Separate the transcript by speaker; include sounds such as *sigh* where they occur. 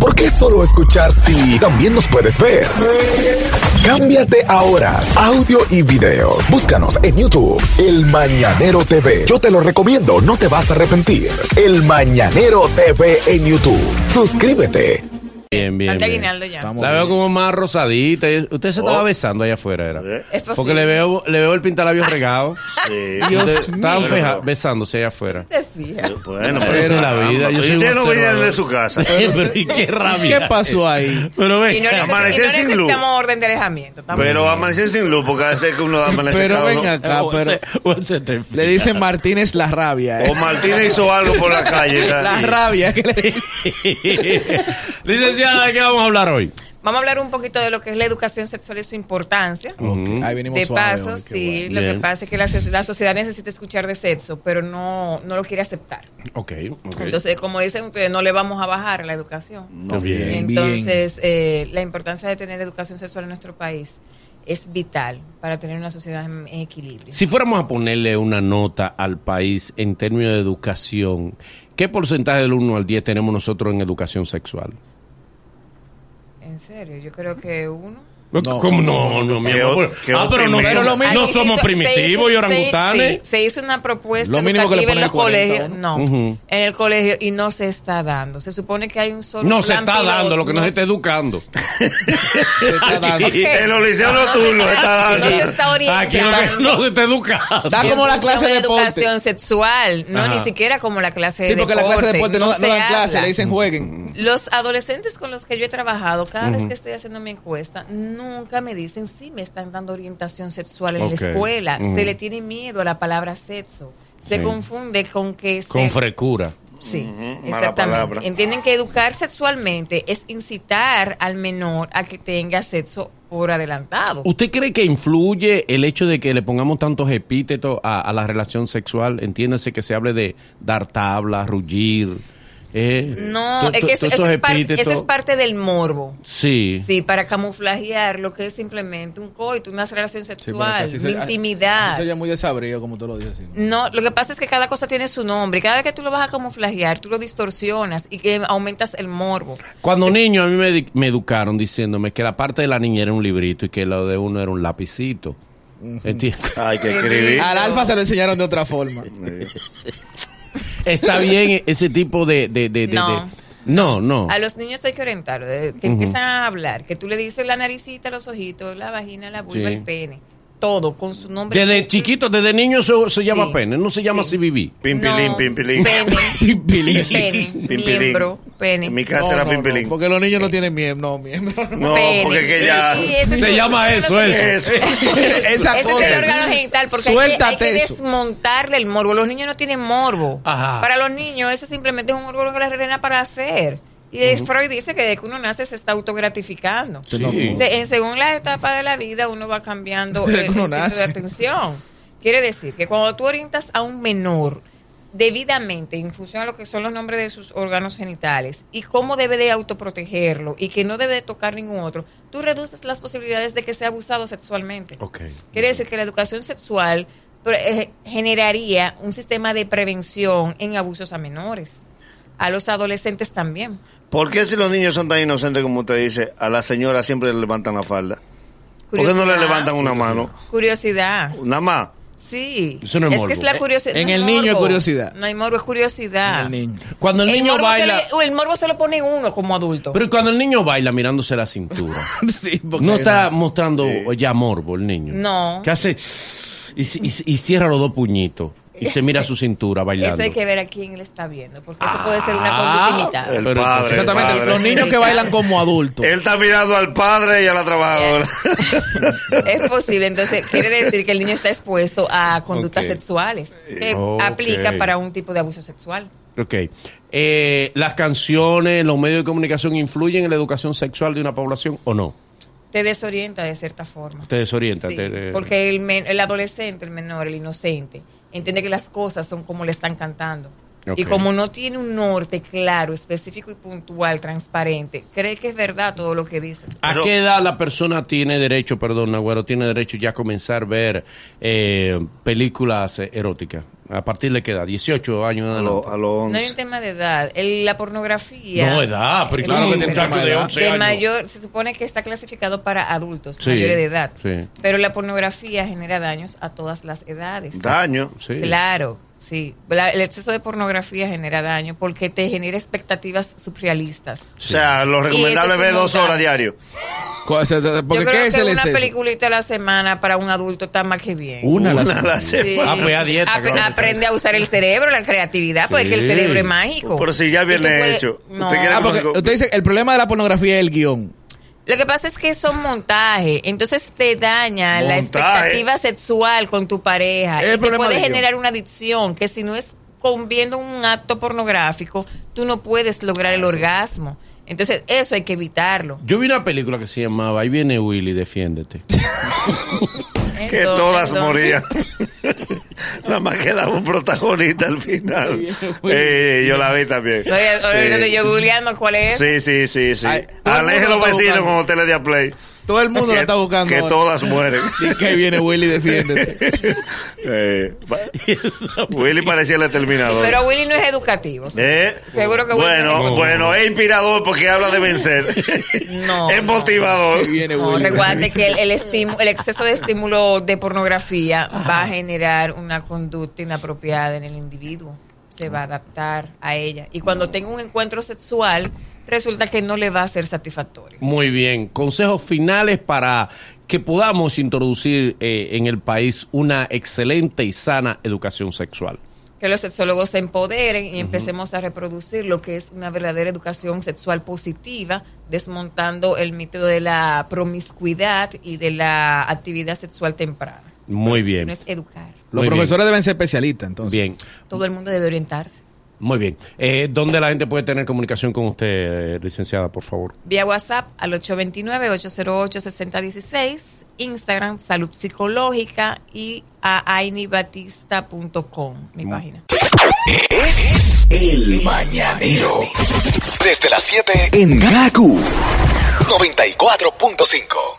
Speaker 1: ¿Por qué solo escuchar si también nos puedes ver? Cámbiate ahora. Audio y video. Búscanos en YouTube. El Mañanero TV. Yo te lo recomiendo, no te vas a arrepentir. El Mañanero TV en YouTube. Suscríbete.
Speaker 2: Bien, bien.
Speaker 3: Falta
Speaker 2: bien.
Speaker 3: aguinaldo ya.
Speaker 4: Estamos
Speaker 2: La
Speaker 4: bien.
Speaker 2: veo como más rosadita. Usted se
Speaker 5: Oh.
Speaker 2: estaba besando allá afuera, era.
Speaker 3: Es posible.
Speaker 2: Porque le veo, le veo el pintalabios regado.
Speaker 5: ¿Eh? *laughs* Sí.
Speaker 2: Ustedes
Speaker 4: mío.
Speaker 2: Estaban feja-
Speaker 5: Pero-
Speaker 2: besándose allá afuera.
Speaker 3: ¿Te fijas?
Speaker 5: Bueno,
Speaker 2: Pero en la vida, yo
Speaker 5: Yo
Speaker 2: soy un
Speaker 5: usted no
Speaker 2: observador.
Speaker 5: veía de su casa.
Speaker 2: *laughs* Pero y qué rabia.
Speaker 4: ¿Qué pasó ahí?
Speaker 2: Pero *laughs*
Speaker 3: Y no,
Speaker 2: venga.
Speaker 3: neces- y no
Speaker 5: Amanecer sin luz.
Speaker 3: necesitamos orden de alejamiento. tampoco.
Speaker 5: Pero amanecer sin luz, porque hace que uno amanece
Speaker 4: Pero
Speaker 5: cada uno.
Speaker 4: ven acá, pero le dicen Martínez la rabia.
Speaker 5: O
Speaker 4: ¿eh?
Speaker 5: Martínez hizo algo por la calle. está
Speaker 4: La
Speaker 5: así.
Speaker 4: rabia que le
Speaker 2: *laughs* Licenciada, ¿de qué vamos a hablar hoy?
Speaker 3: Vamos a hablar un poquito de lo que es la educación sexual y su importancia.
Speaker 2: Oh,
Speaker 4: Ahí venimos
Speaker 3: De
Speaker 4: suave
Speaker 3: paso,
Speaker 4: hoy, qué
Speaker 3: sí,
Speaker 2: bueno.
Speaker 3: lo
Speaker 2: Bien.
Speaker 3: que pasa es que la, soci- la sociedad necesita escuchar de sexo, pero no, no lo quiere aceptar.
Speaker 2: Ok, ok.
Speaker 3: Entonces, como dicen ustedes, no le vamos a bajar la educación.
Speaker 2: Está bien.
Speaker 4: bien.
Speaker 3: Entonces, eh, la importancia de tener educación sexual en nuestro país es vital para tener una sociedad en, en equilibrio.
Speaker 2: Si fuéramos a ponerle una nota al país en términos de educación, ¿qué porcentaje del 1 al 10 tenemos nosotros en educación sexual?
Speaker 3: En serio, yo creo que uno...
Speaker 2: No, ¿Cómo no, no, mi
Speaker 5: ¿Qué
Speaker 2: amor?
Speaker 5: o- qué
Speaker 2: ah, pero no, somos-
Speaker 5: optimismo?
Speaker 4: Pero lo mismo-
Speaker 2: no
Speaker 3: Aquí
Speaker 2: somos
Speaker 3: se hizo- se hizo-
Speaker 2: primitivos y
Speaker 3: se-
Speaker 2: orangutanes.
Speaker 3: sí, se hizo una propuesta
Speaker 4: Lo mínimo que
Speaker 3: educativa
Speaker 4: le
Speaker 3: en
Speaker 4: ponen
Speaker 3: los
Speaker 4: es 40,
Speaker 3: colegios. No,
Speaker 2: Ujú.
Speaker 3: en el colegio y no se está dando. Se supone que hay un solo.
Speaker 2: No se
Speaker 3: plan
Speaker 2: está
Speaker 3: piloto,
Speaker 2: dando, lo que no se está
Speaker 3: se- *laughs*
Speaker 2: educando.
Speaker 4: se está dando.
Speaker 5: En los liceos
Speaker 3: No se
Speaker 5: nocturnos
Speaker 3: está-
Speaker 5: está dando.
Speaker 3: No se está
Speaker 2: Aquí lo que
Speaker 3: orientando.
Speaker 2: no se está educando.
Speaker 4: Da como la
Speaker 3: Educación
Speaker 4: clase de
Speaker 3: en educación
Speaker 4: deporte.
Speaker 3: sexual, no
Speaker 2: Ajá.
Speaker 3: ni siquiera como la clase
Speaker 4: Sí,
Speaker 3: de
Speaker 4: porque
Speaker 3: deporte.
Speaker 4: la clase de deporte no, no
Speaker 3: se
Speaker 4: dan clase,
Speaker 3: habla.
Speaker 4: le dicen jueguen.
Speaker 3: Los adolescentes con los que yo he trabajado, cada vez que estoy haciendo mi encuesta, nunca me dicen si me están dando orientación sexual en
Speaker 2: Ok.
Speaker 3: la escuela.
Speaker 2: Ujú.
Speaker 3: Se le tiene miedo a la palabra sexo. Se
Speaker 2: Sí.
Speaker 3: confunde con que se...
Speaker 2: Con frecura.
Speaker 3: Sí,
Speaker 5: mala palabra.
Speaker 3: exactamente. Entienden que educar sexualmente es incitar al menor a que tenga sexo por adelantado.
Speaker 2: ¿Usted cree que influye el hecho de que le pongamos tantos epítetos a, a la relación sexual? Entiéndase que se hable de dar tabla, rugir. eh,
Speaker 3: No,
Speaker 2: to-
Speaker 3: es
Speaker 2: to-
Speaker 3: que eso,
Speaker 2: todos
Speaker 3: eso
Speaker 2: esos
Speaker 3: es parte, eso es
Speaker 2: epítetos.
Speaker 3: parte del morbo.
Speaker 2: Sí.
Speaker 3: Sí, para camuflajear lo que es simplemente un coito, una relación
Speaker 4: Sí, pero que
Speaker 3: sexual,
Speaker 4: así
Speaker 3: mi
Speaker 4: se-
Speaker 3: intimidad.
Speaker 4: Eso ya muy desabrido, como tú lo dices. así.
Speaker 3: No, lo que pasa es que cada cosa tiene su nombre. Cada vez que tú lo vas a camuflajear, tú lo distorsionas y que aumentas el morbo.
Speaker 2: Cuando niño a mí me, di- me educaron diciéndome que la parte de la niña era un librito y que lo de uno era un lapicito. ¿Entiendes? *laughs*
Speaker 5: Hay que escribir.
Speaker 4: Al alfa se lo enseñaron de otra forma.
Speaker 2: Está bien ese tipo de... de- de- de-
Speaker 3: No.
Speaker 2: de- no, no.
Speaker 3: A los niños hay que orientar, eh, que empiezan a hablar, que tú le dices la naricita, los ojitos, la vagina, la vulva,
Speaker 2: Sí.
Speaker 3: el pene, todo con su nombre.
Speaker 2: Desde chiquito, desde niño eso se llama
Speaker 3: Sí.
Speaker 2: pene, no se llama
Speaker 3: Sí.
Speaker 2: CBB.
Speaker 5: Pimpilín,
Speaker 3: No,
Speaker 5: pimpilín.
Speaker 3: Pene,
Speaker 4: *laughs* Pimpilín.
Speaker 3: pene,
Speaker 5: Pimpilín.
Speaker 3: miembro,
Speaker 5: En
Speaker 3: pene.
Speaker 5: mi casa
Speaker 4: No,
Speaker 5: era
Speaker 4: no,
Speaker 5: pimpilín.
Speaker 4: no, porque los niños no tienen miembro. No, miembro.
Speaker 5: No,
Speaker 3: Pene.
Speaker 5: porque que ya.
Speaker 3: Sí, ese es
Speaker 2: Se
Speaker 3: un-
Speaker 2: llama
Speaker 3: es
Speaker 2: eso,
Speaker 3: una-
Speaker 2: eso.
Speaker 4: Esa
Speaker 3: Ese es el órgano
Speaker 4: cosa.
Speaker 3: genital, porque hay que- hay que,
Speaker 4: Suéltate eso.
Speaker 3: desmontarle el morbo. Los niños no tienen morbo.
Speaker 2: Ajá.
Speaker 3: Para los niños, eso simplemente es un órgano que les rellena para hacer. Y eh, Freud dice que desde que uno nace se está autogratificando.
Speaker 2: Sí.
Speaker 3: Se- en- según las etapas de la vida, uno va cambiando
Speaker 5: *laughs*
Speaker 3: el,
Speaker 4: Desde que uno
Speaker 3: el centro de
Speaker 4: nace.
Speaker 3: atención. Quiere decir que cuando tú orientas a un menor debidamente en función a lo que son los nombres de sus órganos genitales y cómo debe de autoprotegerlo y que no debe de tocar ningún otro, tú reduces las posibilidades de que sea abusado sexualmente.
Speaker 2: Ok.
Speaker 3: Quiere decir que la educación sexual pre- eh, generaría un sistema de prevención en abusos a menores, a los adolescentes también.
Speaker 5: ¿Por qué si los niños son tan inocentes como usted dice, a la señora siempre le levantan la falda? ¿Por qué no le
Speaker 3: Curiosidad.
Speaker 5: levantan una mano?
Speaker 3: Curiosidad.
Speaker 5: Nada más.
Speaker 3: Sí.
Speaker 2: Eso no es
Speaker 3: es
Speaker 2: morbo.
Speaker 3: que es la curiosidad.
Speaker 4: En
Speaker 3: no
Speaker 4: el
Speaker 3: es
Speaker 4: niño es
Speaker 3: morbo.
Speaker 4: curiosidad.
Speaker 3: No hay morbo, es curiosidad.
Speaker 4: *laughs* El niño.
Speaker 2: Cuando el, niño
Speaker 3: morbo
Speaker 2: baila...
Speaker 3: Se le- Uh. el morbo se lo pone uno como adulto.
Speaker 2: Pero cuando el niño baila mirándose la cintura.
Speaker 3: *laughs*
Speaker 4: Sí, porque
Speaker 2: No
Speaker 4: hay
Speaker 2: está mostrando ya morbo el niño.
Speaker 3: No.
Speaker 2: ¿Qué hace? Y, y- y cierra los dos puñitos. Y se mira su cintura bailando. Ah,
Speaker 3: *laughs* eso hay que ver a quién le está viendo, porque eso puede ser una conducta imitada.
Speaker 5: El
Speaker 2: Pero entonces-
Speaker 5: padre.
Speaker 4: Exactamente,
Speaker 5: el padre.
Speaker 4: los niños que bailan como adultos.
Speaker 5: Él está mirando al padre y a la trabajadora.
Speaker 3: Es posible, entonces quiere decir que el niño está expuesto a conductas
Speaker 2: Ok.
Speaker 3: sexuales que
Speaker 2: Ok.
Speaker 3: aplica para un tipo de abuso sexual.
Speaker 2: Ok. Eh, ¿Las canciones, los medios de comunicación influyen en la educación sexual de una población o no?
Speaker 3: Te desorienta de cierta forma.
Speaker 2: Te desorienta.
Speaker 3: Sí,
Speaker 2: te- eh,
Speaker 3: porque el, men- el adolescente, el menor, el inocente, entiende que las cosas son como le están cantando.
Speaker 2: Ok.
Speaker 3: Y como no tiene un norte claro, específico y puntual, transparente, cree que es verdad todo lo que dice.
Speaker 2: ¿A
Speaker 5: Pero-
Speaker 2: qué edad la persona tiene derecho, perdón, Nagüero, tiene derecho ya a comenzar a ver eh, películas eh, eróticas? ¿A partir de qué edad? 18 años en
Speaker 5: a
Speaker 2: adelante.
Speaker 5: los a los
Speaker 3: No hay
Speaker 5: 11.
Speaker 3: un tema de edad. El- la pornografía.
Speaker 6: No, edad, pero
Speaker 3: El-
Speaker 6: claro que
Speaker 3: el-
Speaker 6: un
Speaker 4: muchacho de
Speaker 3: pero-
Speaker 6: 11
Speaker 3: de
Speaker 6: años.
Speaker 3: mayor, se supone que está clasificado para adultos
Speaker 2: Sí,
Speaker 3: mayores de edad.
Speaker 2: sí.
Speaker 3: Pero la pornografía genera daños a todas las edades.
Speaker 5: daño.
Speaker 2: Sí.
Speaker 3: Claro, sí. La- el exceso de pornografía genera daño porque te genera expectativas surrealistas.
Speaker 5: O sea, lo recomendable
Speaker 3: Y ese
Speaker 5: es
Speaker 3: es
Speaker 5: ver
Speaker 3: un
Speaker 5: dos
Speaker 3: daño.
Speaker 5: horas diario.
Speaker 4: Co- o sea, Porque
Speaker 3: Yo creo
Speaker 4: ¿qué es
Speaker 3: que
Speaker 4: el
Speaker 3: una
Speaker 4: exceso?
Speaker 3: peliculita a la semana para un adulto está más que bien.
Speaker 2: Una a la
Speaker 5: Una a la
Speaker 3: Sí.
Speaker 5: semana.
Speaker 2: Ah, pues a dieta,
Speaker 3: Ap-
Speaker 2: claro.
Speaker 3: aprende a usar el cerebro, la creatividad, porque es que el
Speaker 2: Sí.
Speaker 3: cerebro es mágico.
Speaker 5: Pero si ya
Speaker 3: Y tú
Speaker 5: viene
Speaker 3: puedes-
Speaker 5: hecho.
Speaker 3: No.
Speaker 5: ¿Usted quiere
Speaker 4: Ah, porque usted dice el problema de la pornografía es el guión.
Speaker 3: Lo que pasa es que son montajes, entonces te daña la
Speaker 5: Montaje.
Speaker 3: expectativa sexual con tu pareja.
Speaker 4: Es el
Speaker 3: Y te
Speaker 4: problema
Speaker 3: puede
Speaker 4: de ello.
Speaker 3: generar una adicción que si no es con viendo un acto pornográfico, tú no puedes lograr
Speaker 5: Ah,
Speaker 3: el orgasmo. Entonces, eso hay que evitarlo.
Speaker 2: Yo vi una película que se llamaba Ahí viene Willy, defiéndete.
Speaker 5: Que
Speaker 3: Entonces,
Speaker 5: todas
Speaker 3: entonces-
Speaker 5: morían. *laughs* Nada más quedaba un protagonista al final. Eh, yo la vi también.
Speaker 3: No, ya- ahora
Speaker 5: Sí.
Speaker 3: estoy yo googleando cuál es.
Speaker 5: Sí, sí, sí, sí.
Speaker 4: Ay, todo el
Speaker 5: Aleje
Speaker 4: mundo
Speaker 5: los
Speaker 4: lo está
Speaker 5: vecinos
Speaker 4: buscando.
Speaker 5: con hoteles de Play.
Speaker 4: Todo el mundo
Speaker 5: que,
Speaker 4: la está buscando.
Speaker 5: Que
Speaker 4: ahora.
Speaker 5: todas mueren.
Speaker 4: *laughs* Y que ahí viene Willy, defiéndete.
Speaker 5: *laughs* Eh,
Speaker 4: *laughs*
Speaker 5: va- Willy parecía el exterminador.
Speaker 3: Pero Willy no es educativo. ¿sí?
Speaker 5: Eh,
Speaker 3: Seguro que
Speaker 5: bueno,
Speaker 3: Willy-
Speaker 5: bueno, es inspirador porque habla de vencer.
Speaker 3: No,
Speaker 5: *laughs* es
Speaker 3: no.
Speaker 5: motivador.
Speaker 4: Ahí viene
Speaker 3: No,
Speaker 4: Willy.
Speaker 3: recuerde que el,
Speaker 2: *laughs*
Speaker 3: el estimu- el exceso de estímulo de pornografía va a generar una conducta inapropiada en el individuo. Se va a adaptar a ella. Y cuando tenga un encuentro sexual, resulta que no le va a ser satisfactorio.
Speaker 2: Muy bien. Consejos finales para que podamos introducir eh, en el país una excelente y sana educación sexual.
Speaker 3: Que los sexólogos se empoderen y empecemos a reproducir lo que es una verdadera educación sexual positiva, desmontando el mito de la promiscuidad y de la actividad sexual temprana.
Speaker 2: Muy
Speaker 3: Si
Speaker 2: bien.
Speaker 3: no es educar.
Speaker 4: Los
Speaker 2: Muy
Speaker 4: profesores deben ser especialistas, entonces.
Speaker 2: Bien,
Speaker 3: Todo el mundo debe orientarse.
Speaker 2: muy bien. Eh, ¿Dónde la gente puede tener comunicación con usted, eh, licenciada, por favor?
Speaker 3: Vía WhatsApp al 829-808-6016, Instagram Salud Psicológica y a ainibatista.com, mi página.
Speaker 1: Es el mañanero. Desde las 7 en Gaku 94.5.